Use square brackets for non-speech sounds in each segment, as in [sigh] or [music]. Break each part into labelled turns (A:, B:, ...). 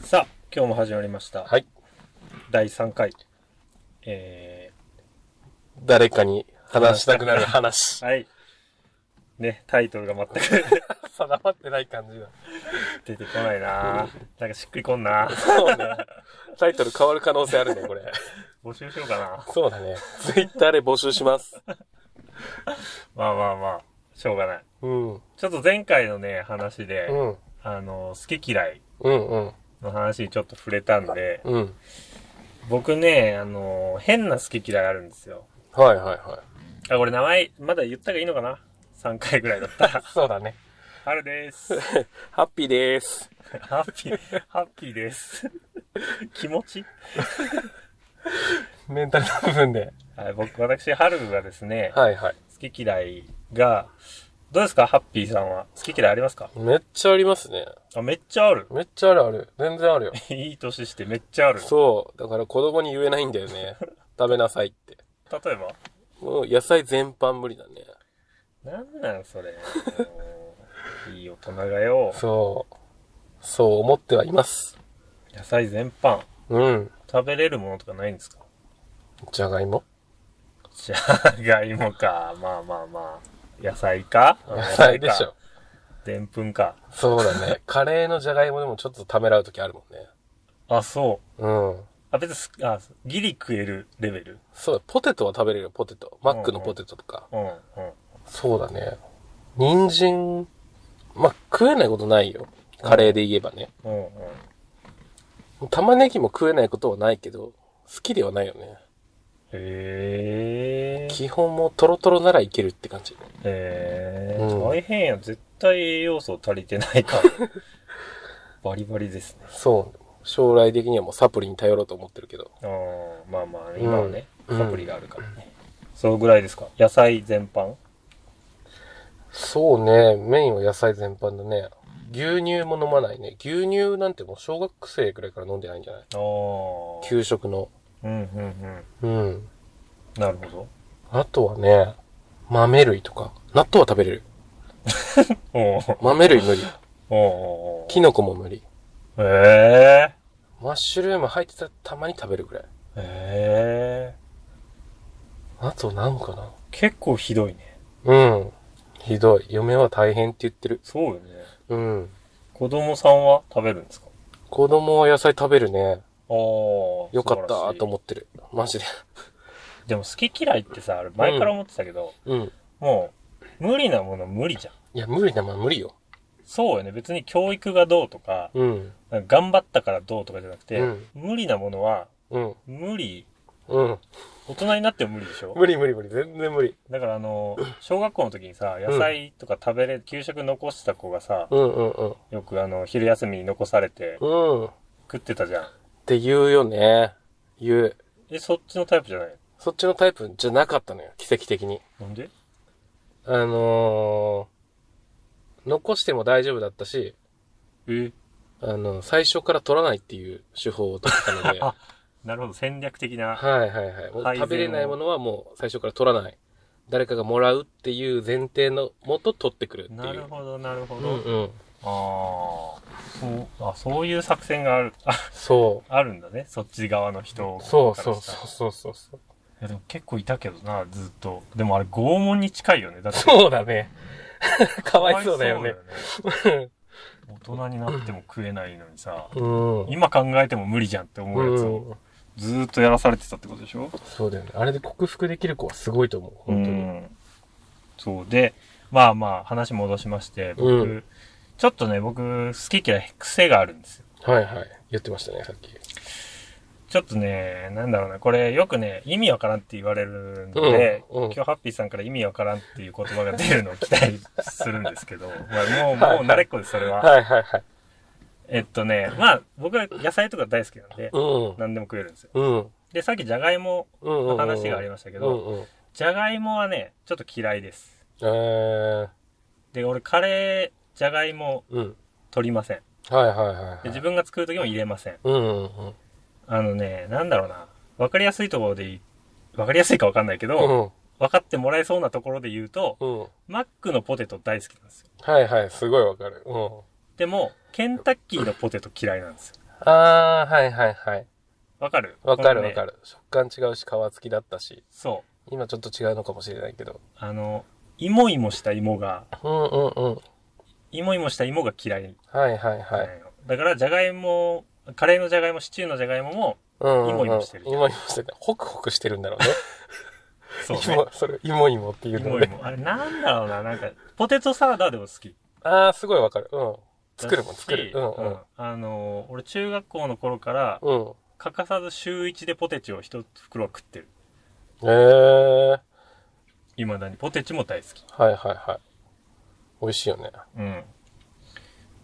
A: さあ、今日も始まりました。
B: はい。
A: 第3回。え
B: 誰かに話したくなる話
A: ー、。はい。ね、タイトルが全く
B: [laughs] 定まってない感じだ。
A: 出てこないななんかしっくりこんな
B: そうね。 [laughs] タイトル変わる可能性あるね、これ。
A: 募集しようかな
B: [laughs] そうだね。ツイッターで募集します。
A: まあまあまあ、しょうがない。
B: うん。うん。
A: ちょっと前回のね、話で、
B: うん
A: あの、好き嫌い
B: うん。
A: の話にちょっと触れたんで、
B: うん。
A: 僕ね、あの、変な好き嫌いあるんですよ。
B: はいはいは
A: あ、これ名前、まだ言ったがいいのかな ?3 回ぐらいだ [laughs] ったら
B: い。。 [laughs] そうだね。
A: あるです。
B: ハッピーです。
A: ハッピー、ハッピー [laughs] です。気持ち
B: メンタルの部分で。
A: はい、僕、私、春がですね、
B: はいはい。
A: 好き嫌いが、どうですかハッピーさんは。好き嫌いありますか
B: めっちゃありますね。
A: あ、めっちゃある。
B: めっちゃあるある。全然あるよ。
A: いい年してめっちゃある。
B: そう。だから子供に言えないんだよね。食べなさいって。
A: 例えば
B: もう野菜全般無理だね。
A: なんなんそれ。もういい大人がよ。
B: そう。そう思ってはいます。
A: 野菜全般。
B: うん。
A: 食べれるものとかないんですか
B: じゃがいも
A: じゃがいもか。まあまあまあ。野菜か
B: 野菜でし。
A: か
B: ょ。
A: でんぷんか。
B: そうだね。カレーのじゃがいもでもちょっとためらうときあるもんね。
A: あ、そう。
B: うん。
A: あ、別にす、あ、ギリ食えるレベル。
B: そうだ、ポテトは食べれるよ、ポテト。マックのポテトとか。
A: うん、うん。
B: そうだね。人参、まあ、食えないことないよ。カレーで言えばね。
A: うん、うん。
B: 玉ねぎも食えないことはないけど、好きではないよね。
A: へえ。
B: 基本もうトロトロならいけるって感じ。
A: えー
B: うん
A: 大変やん。絶対栄養素足りてない
B: [laughs]
A: から。バリバリですね。
B: そう。将来的にはもうサプリに頼ろうと思ってるけど。
A: あーまあまあ、今はね、
B: うん
A: サプリがあるからね。そうぐらいですか野菜全般
B: そうね。メインは野菜全般だね。牛乳も飲まないね。牛乳なんてもう小学生くらいから飲んでないんじゃない
A: ああ。
B: 給食の。
A: うんうんうん。
B: うん。
A: なるほ
B: あとはね、豆類とか。納豆は食べれる。
A: ど。おー
B: 豆類無理。
A: おーおー
B: キノコも無理。
A: おーえ
B: マッシュルーム入ってたらたまに食べるくらい。
A: ー、え
B: あとなんかな。
A: ー、結構ひどいね。
B: うん。ひどい。嫁は大変って言ってる。
A: そうよね。
B: うん。
A: 子供さんは食べるんですか
B: 子供は野菜食べるね。
A: ああ。
B: よかったと
A: う。
B: 思ってる。マジで。
A: でも好き嫌いってさ、あれ前から思ってたけど、
B: うん。
A: もう、無理なもの無理じゃん。
B: いや、無理だ、まあ無理よ。
A: そうよね。別に教育がどうとか、
B: うん。
A: なんか頑張ったからどうとかじゃなくて、
B: うん
A: 無理なものは、
B: うん。
A: 無理、
B: うん。
A: 大人になっても無理でしょ
B: 無理無理無理。全然無理。
A: だからあの、小学校の時にさ、野菜とか食べれ、給食残してた子がさ、
B: うんうんうん。
A: よくあの、昼休みに残されて
B: うん。っ
A: 食ってたじゃん。
B: て言うよね。言う。
A: え、そっちのタイプじゃない
B: そっちのタイプじゃなかったのよ。奇跡的に。
A: なんで
B: あのー、残しても大丈夫だったし、
A: え
B: あの、最初から取らないっていう手法を取った
A: [laughs]
B: ので、
A: あ
B: は
A: なるほど、戦略的な。
B: いはいはい。もう
A: 配膳を
B: 食べれないものはもう最初から取らない。誰かがもらうっていう前提のもと取ってくるっていう。
A: なるほど、なるほ
B: う
A: ど。
B: んうん。
A: ああ、そう、あ、そういう作戦がある、あ
B: そ
A: あるんだね。そっち側の人
B: う。そう
A: からした
B: そう
A: ら
B: そうそうそう。
A: いやでも結構いたけどな、ずっと。でもあれ拷問に近いよね。だって。
B: そうだね。 [laughs] かわいそうだよね
A: か。わい
B: [laughs]
A: そうだよね大人になっても食えないのにさ、
B: うん。
A: 今考えても無理じゃんって思うやつ
B: う
A: を
B: ん
A: ずーっとやらされてたってことでしょ
B: そうだよね。あれで克服できる子はすごいと思う。本当
A: う
B: に。
A: んそうで、まあまあ話戻しまして、僕、
B: うん
A: ちょっとね、僕好き嫌い癖があるんですよ。
B: はいはい。言ってましたね、さっき。
A: ちょっとね、なんだろうな、これよくね、意味わからんって言われるので、
B: うんうん
A: 今日ハッピーさんから意味わからんっていう言葉が出るのを [laughs] 期待するんですけど、まあもう、
B: はい
A: もう慣れっこです、それは。
B: はいはいはい。
A: えっとね、まあ、僕は野菜とか大好きなんで、
B: う
A: 何でも食えるんですよ。
B: ん。うん。
A: で、さっきじゃがいも
B: うんうんう
A: の
B: ん。
A: 話がありましたけど、
B: うんうん。
A: じゃがいもはね、ちょっと嫌いです。
B: えー、
A: で、俺、カレー、じゃがいも
B: うん。
A: 取りません。
B: はいはいはい、はい。
A: で、自分が作るときも入れません。
B: うんうんうん。
A: あのね、なんだろうな、わかりやすいところでいい、わかりやすいかわかんないけど、分かってもらえそうなところで言うと、
B: うん。うん。
A: マックのポテト大好きなんですよ。
B: はいはい、すごいわかる。うん。
A: でも、ケンタッキーのポテト嫌いなんですよ。
B: あー、はいはいはい。
A: わかる
B: わかる
A: この
B: わ
A: ね
B: かる。食感違うし、皮付きだったし。
A: そう。
B: 今ちょっと違うのかもしれないけど。
A: あの、イモイモした芋が、
B: うんうんうん。
A: イモイモした芋が嫌い
B: はいはいは。
A: ないのよ。だから、じゃがいも、カレーのじゃがいも、シチューのじゃがいもも、
B: うんうん、うん。
A: イモイモしてる
B: イモイモしてる。ホクホクしてるんだろうね。
A: [laughs] そう
B: イ
A: ね
B: モ、それ、イモイモっていう
A: イ
B: の
A: モイ
B: ね。
A: モ。あれ、なんだろうな、なんか、ポテトサラダでも好き。
B: あー、すごいわかる。うん。作るもん、
A: だし
B: 作る。うんうん。
A: あの、俺、中学校の頃から、
B: うん。
A: 欠かさず週1でポテチを一袋食ってる。
B: えー。
A: 未だに。ポテチも大好き。
B: はいはいはい。美味しいよね。
A: うん。っ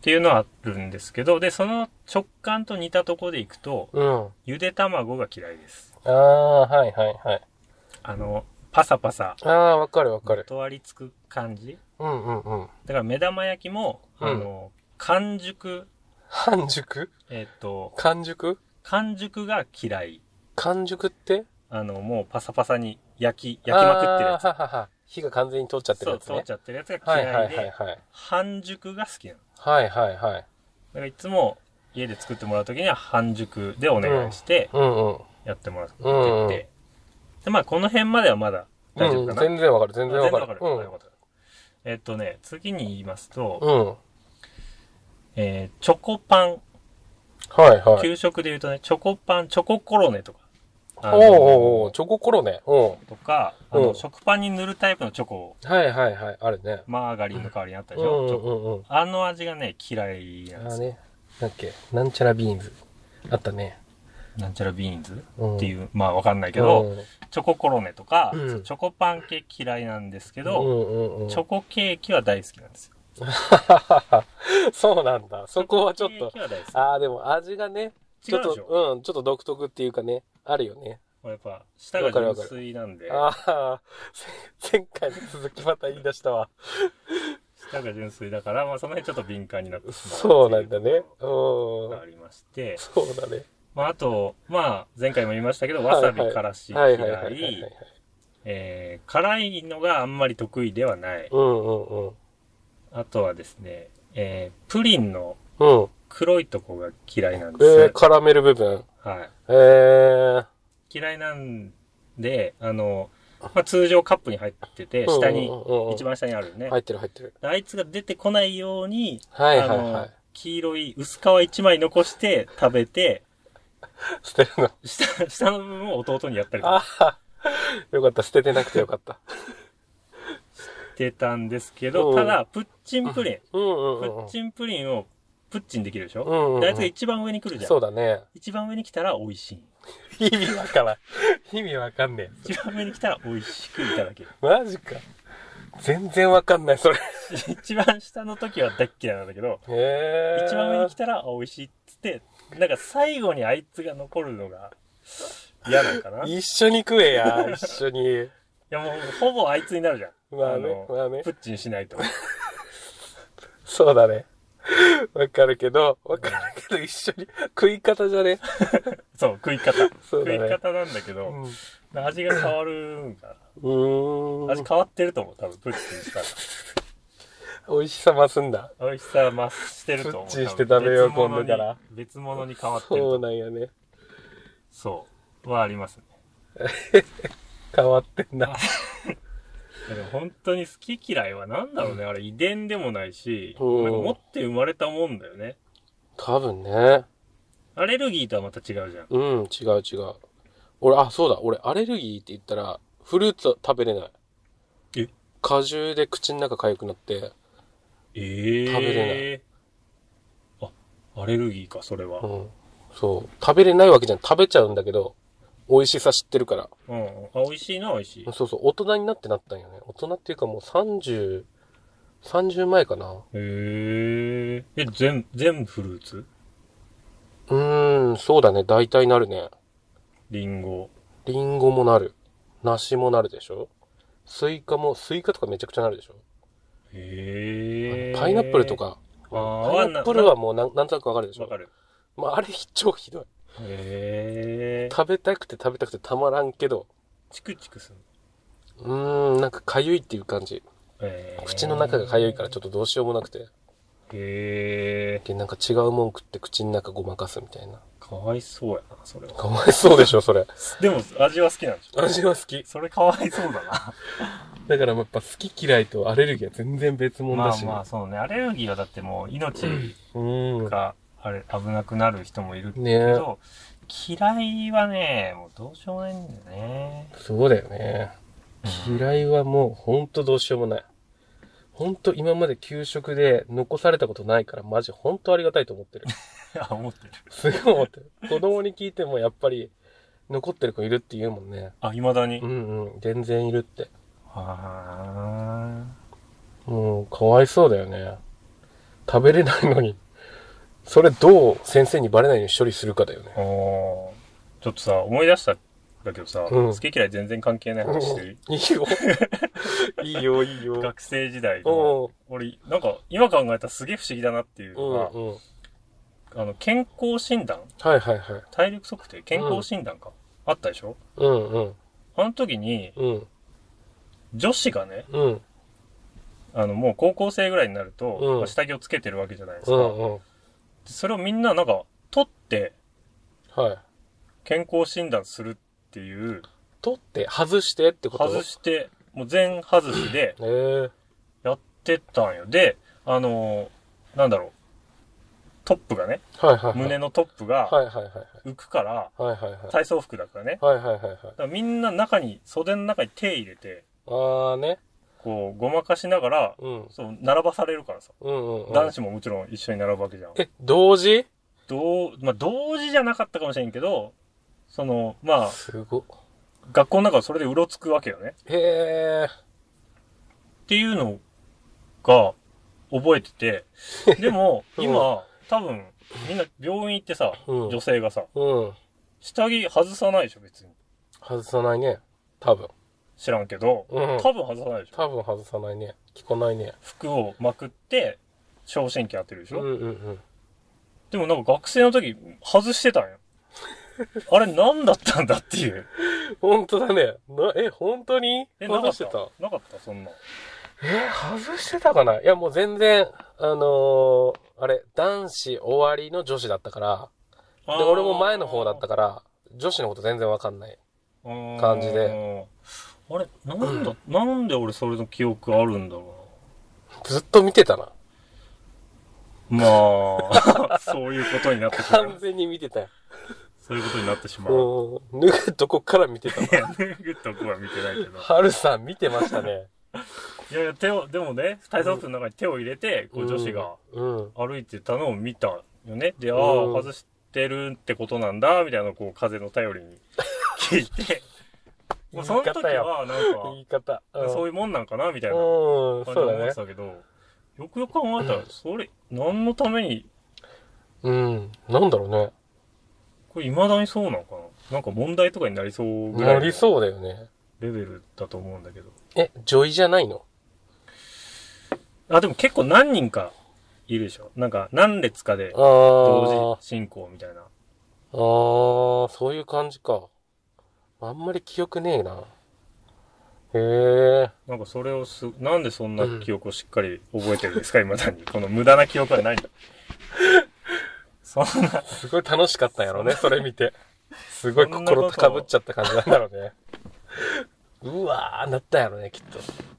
A: ていうのはあるんですけど、で、その食感と似たとこでいくと、
B: うん。
A: ゆで卵が嫌いです。
B: ああ、はいはいはい。
A: あの、パサパサ、
B: ああ、わかるわかる。
A: とわりつく感じ。
B: うんうんうん。
A: だから目玉焼きも、
B: うん
A: あの、完熟、
B: 半熟
A: えっ、と、
B: 完熟
A: 完熟が嫌い。
B: 完熟って
A: あの、もうパサパサに焼き、焼きまくってるやつ。
B: あーははは。火が完全に通っちゃって
A: そう、
B: るやつ
A: 通っ
B: ね。
A: ちゃってるやつが
B: は
A: 嫌
B: い
A: いで、
B: はいはいはい。
A: 半熟が好きなの。
B: はいはいはい。
A: だからいつも家で作ってもらうときには半熟でお願いして、
B: うんうん。
A: やってもらってて、
B: うんうん
A: で、まあこの辺まではまだ大丈夫かな。
B: うん全然わかる、全然わかる。
A: あ全然わかるえっとね、次に言いますと、
B: うん。うん。
A: えーチョコパン、
B: はいはい。
A: 給食で言うとね、チョコパン、チョココロネとか。あの
B: おうおうおうチョココロネ。うん。
A: とか、あの、
B: うん
A: 食パンに塗るタイプのチョコを、
B: はいはいはい。あるね。
A: マーガリンの代わりにあった
B: う
A: で
B: ん
A: しょ、
B: う
A: チョコ
B: んうんうん。
A: あの味がね、嫌いなんで
B: ああ
A: すよ。
B: ね。なんだっけ、なんちゃらビーンズ。あったね。
A: なんちゃらビーンズ
B: うん
A: っていう、まあわかんないけど、
B: うん
A: チョココロネとか、
B: うん
A: チョコパン系嫌いなんですけど、
B: うんうんうん、
A: チョコケーキは大好きなんですよ。
B: [laughs] そうなんだ。そこはちょっ
A: チョコ
B: と
A: ケ。ーキは大好き。
B: ああ、でも味がね、ち
A: 違
B: ょ
A: う
B: っ
A: でしょ
B: と、うん、ちょっと独特っていうかね、あるよね。
A: これやっぱ、舌が純粋なんで、
B: ああ、せ [laughs] 前回の続きまた言い出したわ。
A: 舌が純粋だから、まあその辺ちょっと敏感になってしまう。
B: そうなんだね。うん。
A: がありまして、
B: そうだね。
A: まああと、まあ前回も言いましたけど、わさびからし
B: は
A: 嫌
B: いはいはいはいはい
A: い、。えー辛いのがあんまり得意ではない。
B: うんうん
A: あとはですね、えープリンの
B: うん。うん。
A: 黒いとこが嫌いなん
B: え
A: です。
B: ー、絡める部分。
A: はい。
B: えー、
A: 嫌いなんで、あの、まあ、通常カップに入ってて、下に
B: うん、うんうんうん
A: 一番下にあるよね。
B: 入ってる入ってる。
A: あいつが出てこないように、
B: はいはい
A: あ
B: は
A: の、黄色い薄皮一枚残して食べて、
B: い。捨てるの。
A: 下、下の部分を弟にやったりとか
B: ああ、よかった。捨ててなくてよかった。
A: してたんですけ
B: う
A: ど、
B: ん
A: ただ、プッチンプリン、
B: うんうん
A: プ
B: うんうん
A: ッ。チンプリンをプッチンできるでしょ、
B: うんうんうん
A: であいつが一番上に来るじゃ。
B: そうんだね。
A: 一番上に来たら美味しい。
B: 意味わからん。意味わかんねえ。
A: 一番上に来たら美味しくいただける。
B: マジか。全然わかんない、それ。
A: 一番下の時は大っ嫌いなんだけど、
B: へ
A: 一番上に来たらあ美味しいっつって、なんか最後にあいつが残るのが嫌なんかな。い
B: 一緒に食
A: [laughs]
B: えや、一緒に。
A: やもうほぼあいつになるじゃん。
B: まあね
A: の
B: まあね
A: プッチンしないと。
B: そうだね。わかるけど、わかるけど一緒に。食い方じゃね。
A: そう、食い方。
B: [laughs] そうだね
A: 食い方なんだけ
B: う
A: ど、
B: ん。う
A: 味が変わるんかな。
B: ー
A: 味
B: ん。
A: 変わってると思う、多分、プッチンした
B: 美味しさ増すんだ。
A: ら。美味しさ増してると思う。
B: プッチンして食べよう
A: 多分
B: 今度から。
A: 別物に別物に変わってると
B: そ
A: 思
B: う
A: う。
B: なんやね。
A: そう。はありますね。
B: 変わってんな。
A: でも本当に好き嫌いは何だろうね。あれ遺伝でもないし、
B: うん
A: なんか持って生まれたもんだよね。
B: 多分ね。
A: アレルギーとはまた違うじゃん。
B: うん、違う違う。俺、あ、そうだ。俺、アレルギーって言ったら、フルーツは食べれない。
A: え
B: 果汁で口の中痒くなって。
A: ええ
B: 食べれ
A: ない。あ、アレルギーか、それは。
B: うん。そう。食べれないわけじゃん。食べちゃうんだけど、美味しさ知ってるから。
A: うん。あ、美味しいな、美味しい。
B: そうそう、大人になってなったんよね。大人っていうかもう30、30前かな。
A: へえ。え、全、全フルーツ
B: うーん、そうだね。大体なるね。
A: リンゴ。
B: リンゴもなる。梨もなるでしょスイカも、スイカとかめちゃくちゃなるでしょ、
A: へえ。
B: パイナップルと。か。
A: あ
B: パ
A: ー
B: イナップルはもうなんなんとなくわかるでし
A: わ
B: ょ
A: かる。
B: まあ、あれ超ひどい。
A: へえ。
B: 食べたくて食べたくてたまらんけど、
A: チクチクする。
B: うーん、なんか痒いっていう感じ。
A: えー
B: 口の中が痒いからちょっとどうしようもなくて。
A: へへえ、
B: で、なんか違うもん食って口の中ごまかすみたいな。
A: かわいそうやな、それは。
B: かわいそうでしょ、そ [laughs] れ。
A: でも、味は好きなんでしょ
B: 味は好き。
A: それかわいそうだな。
B: だからやっぱ好き嫌いとアレルギーは全然別物
A: ま
B: だ
A: あ
B: し。
A: まあ、そうね。アレルギーはだってもう命
B: うん。
A: が、あれ、危なくなる人もいるけ
B: ね
A: ど、嫌いはね、もうどうしようもないんだよね。
B: そうだよね。嫌いはもうほんとどうしようもない。ほんと今まで給食で残されたことないからマジほんとありがたいと思ってる。
A: [laughs] あ、思ってる。
B: すごい思ってる。子供に聞いてもやっぱり残ってる子いるって言うもんね。
A: あ、未だに。
B: うんうん、全然いるって。
A: は
B: もうかわいそうだよね。食べれないのに。それどう先生にバレないように処理するかだよね。
A: あ。おーちょっとさ、思い出したんだけどさ、
B: うん
A: 好き嫌い全然関係ない話してる。
B: いいよ。 [laughs] いいよ、いいよ。
A: 学生時代の、
B: おう
A: 俺、なんか、今考えたらすげえ不思議だなっていう
B: う
A: の
B: ん
A: が、
B: うん。はい
A: あの、健康診断
B: はいはい。
A: 体力測定健康診断か、あったでしょ
B: うんうん。
A: あの時に、
B: うん
A: 女子がね、
B: うん。
A: あの、もう高校生ぐらいになると、
B: うん
A: まあ下着をつけてるわけじゃないです
B: う
A: か。
B: んうん。
A: でそれをみんななんか、取って、
B: はい。
A: 健康診断するっていう、
B: 取って、外してってこと
A: 外して、もう全外しで
B: えー、
A: やってたんよ。で、あのーなんだろう。トップがね、
B: はいはいはい。
A: 胸のトップが
B: はいはいはいはい。
A: 浮くから、
B: はいはいはい。
A: 体操服だからね。
B: はいはいはいはい。
A: だからみんな中に、袖の中に手入れて、
B: あーね。
A: こう、ごまかしながら、
B: うん。
A: そう、並ばされるからさ。
B: うんうん、うん。
A: 男子ももちろん一緒に並ぶわけじゃん。
B: え、同時
A: どう、まあ、同時じゃなかったかもしれんけど、その、まあ、
B: すごっ。
A: 学校の中はそれでうろつくわけよね。
B: へえ。
A: っていうのが、覚えてて、で
B: [laughs]
A: も、
B: うん
A: 今、多分、みんな病院行ってさ、
B: うん
A: 女性がさ、
B: うん。
A: 下着外さないでしょ、別に。
B: 外さないね。多分。
A: 知らんけど、
B: うん
A: 多分外さないでしょ。
B: 多分外さないね。聞こないね。
A: 服をまくって、昇進期当てるでし
B: うん
A: ょ、
B: うんうん。
A: でもなんか学生の時、外してたん
B: [laughs]
A: よ。あれ何だったんだっていう。
B: 本当だね。なえ、本当に
A: え、なか
B: 外
A: っ
B: して
A: た
B: た
A: なかった、そんな。
B: え、外してたかないや、もう全然、あのー、あれ、男子終わりの女子だったから、
A: あ
B: で、
A: ー
B: 俺も前の方だったから、女子のこと全然わかんない。感じ
A: で。あれ、なんだ、なんで俺それの記憶あるんだろ
B: ずっと見てた
A: [laughs]
B: な。
A: うな。まあ、 [laughs] そういうことになってしま
B: 完
A: う。
B: 全に見てたよ。
A: そういうことになってしまう。
B: うん。脱ぐとこから見てた。
A: いや、グッとこは見てないけど。
B: ハルさん見てましたね。
A: いやいや、手を、でもね、体操服の中に手を入れて、こう女子が
B: うん。
A: 歩いてたのを見たよね。で、ああ、
B: うん
A: 外してるってことなんだ、みたいなのをこう、風の頼りに聞い
B: [laughs]
A: て。まあ、その時は、なん
B: 言い方。
A: か、そう
B: い
A: いうもんなんかな、みたいな。
B: うん。うん、
A: 感
B: そ
A: じで
B: う
A: 思っ
B: だ
A: てた
B: ね。
A: けど、よくよく考えたら、それ、何のために、
B: うん。なんだろうね。
A: これ未だにそうなのかななんか問題とかになりそうぐら
B: ない
A: の
B: りそうだよね。
A: レベルだと思うんだけど。
B: え、女医じゃないの
A: あ、でも結構何人かいるでしょなんか何列かで
B: あー
A: 同。時進行みたいな。
B: あー、そういう感じか。あんまり記憶ねえな。へえ。
A: なんかそれをす、なんでそんな記憶をしっかり覚えてるんですか未だに。この無駄な記憶はない。そんな、
B: すごい楽しかったんやろね、それ見て。すごい心高ぶっちゃった感じなんだ
A: [laughs]
B: ろうね。うわー、なったんやろね、きっと。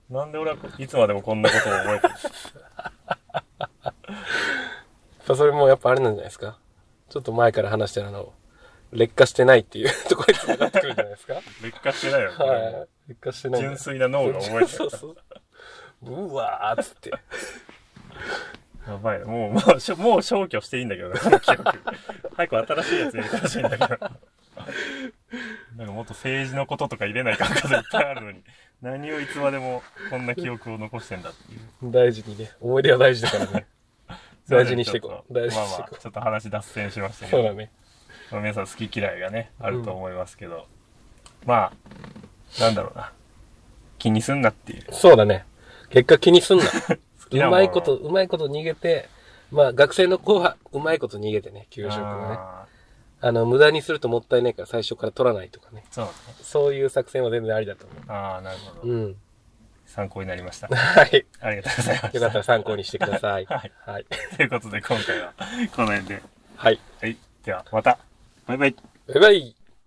A: なんで俺はいつまでもこんなことを覚えてる
B: やっぱそれもやっぱあれなんじゃないですかちょっと前から話してるあの、劣化してないっていう [laughs] ところに繋がってくるんじゃないですか
A: 劣化してないよ。これ
B: はい。劣化してないんだ
A: 純粋な脳が覚えて
B: そう
A: る。
B: そうそう。うわーっつって。
A: やばいね。もう、もうしょ、もう消去していいんだけどね、この記憶。早く新しいやつ入れてほしいんだけど。なんかもっと政治のこととか入れない感覚がいっぱいあるのに、何をいつまでもこんな記憶を残してんだっていう。
B: 大事にね。思い出は大事
A: [laughs]
B: だからね。大事にしていこう
A: ちょっと
B: 大事にしてい
A: まあ
B: こう
A: まあ、ちょっと話脱線しましたけ
B: そう
A: ど、
B: だね。
A: まあ皆さん好き嫌いがね、あると思いますけど、まあ、なんだろうな。気にすんなっていう。
B: そうだね。結果気にすんな。
A: [laughs] 好きな
B: う
A: も
B: ま
A: の
B: いこと、うまいこと逃げて、まあ学生の子はうまいこと逃げてね、給食をね。
A: あ
B: あの、無駄にするともったいないから最初から取らないとかね。
A: ーそうね。
B: そういう作戦は全然ありだと思
A: ああ、なるほど。
B: う。うん。
A: 参考になりました。
B: はい。
A: ありがとうございました。
B: よかったら参考にしてください。
A: はい。
B: はい。
A: [laughs] ということで今回はこの辺で。
B: はい。
A: はい。ではまた。バイバイ。
B: バイバイ。